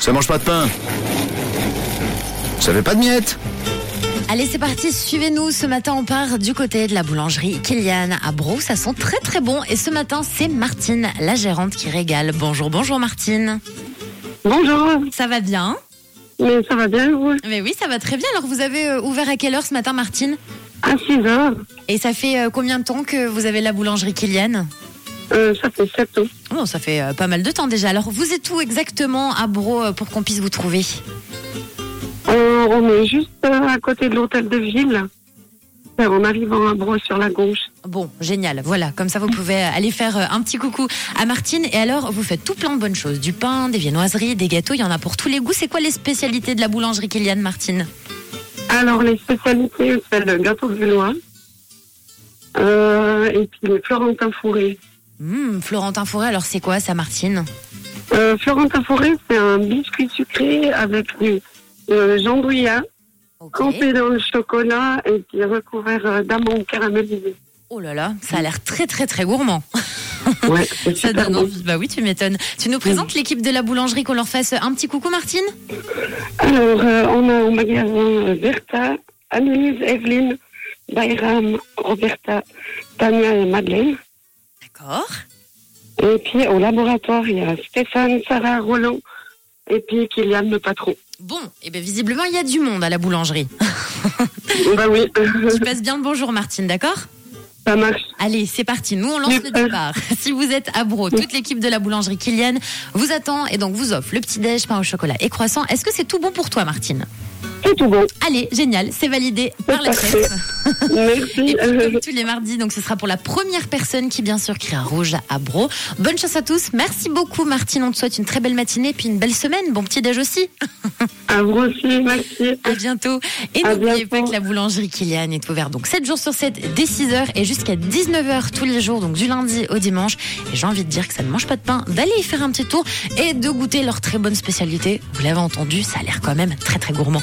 Ça mange pas de pain. Ça fait pas de miettes. Allez, c'est parti, suivez-nous. Ce matin, on part du côté de la boulangerie Kylian à Brou. Ça sent très très bon. Et ce matin, c'est Martine, la gérante, qui régale. Bonjour, bonjour Martine. Bonjour, Ça va bien mais ça va bien, vous Mais oui, ça va très bien. Alors, vous avez euh, ouvert à quelle heure ce matin, Martine À 6 heures, Et ça fait euh, combien de temps que vous avez la boulangerie Kylian euh, ça fait 7 ans. Oh, ça fait euh, pas mal de temps déjà. Alors, vous êtes où exactement à Bro euh, pour qu'on puisse vous trouver On, on est juste euh, à côté de l'hôtel de ville, euh, en arrivant à Bro sur la gauche. Bon, génial. Voilà, comme ça vous pouvez aller faire euh, un petit coucou à Martine. Et alors, vous faites tout plein de bonnes choses. Du pain, des viennoiseries, des gâteaux, il y en a pour tous les goûts. C'est quoi les spécialités de la boulangerie Kylian, Martine Alors, les spécialités, c'est le gâteau viennois euh, et puis le Florentin Fourré. Hum, Florentin Forêt, alors c'est quoi ça, Martine Euh, Florentin Fourré, c'est un biscuit sucré avec du euh, jambouillat, Ok. campé dans le chocolat et puis recouvert euh, d'amandes caramélisées. Oh là là, ça a l'air très très très gourmand. Ouais, c'est Ça super donne bon. envie. Bah oui, tu m'étonnes. Tu nous présentes l'équipe de la boulangerie, qu'on leur fasse un petit coucou, Martine Alors, euh, on a au magasin euh, Bertha, Annelise, Evelyne, Bayram, Roberta, Tania et Madeleine. D'accord. Et puis au laboratoire, il y a Stéphane, Sarah, Roland et puis Kylian, le patron. Bon, et bien visiblement, il y a du monde à la boulangerie. bah oui, tu passes bien le bonjour, Martine, d'accord ça marche. Allez, c'est parti. Nous, on lance le départ. Si vous êtes à Bro, toute l'équipe de la boulangerie Kylian vous attend et donc vous offre le petit déj, pain au chocolat et croissant. Est-ce que c'est tout bon pour toi, Martine C'est tout bon. Allez, génial, c'est validé par la Parfait. chef. Et Merci. puis, comme tous les mardis, donc ce sera pour la première personne qui, bien sûr, criera rouge à Bro. Bonne chance à tous. Merci beaucoup, Martine. On te souhaite une très belle matinée puis une belle semaine. Bon petit déj aussi. à vous aussi, merci. À bientôt. Et À n'oubliez pas bientôt. que la boulangerie Kylian est ouverte donc 7 jours sur 7, dès 6h et jusqu'à 19h tous les jours, donc du lundi au dimanche. Et j'ai envie de dire que ça ne mange pas de pain, d'aller y faire un petit tour et de goûter leur très bonne spécialité. Vous l'avez entendu, ça a l'air quand même très très gourmand.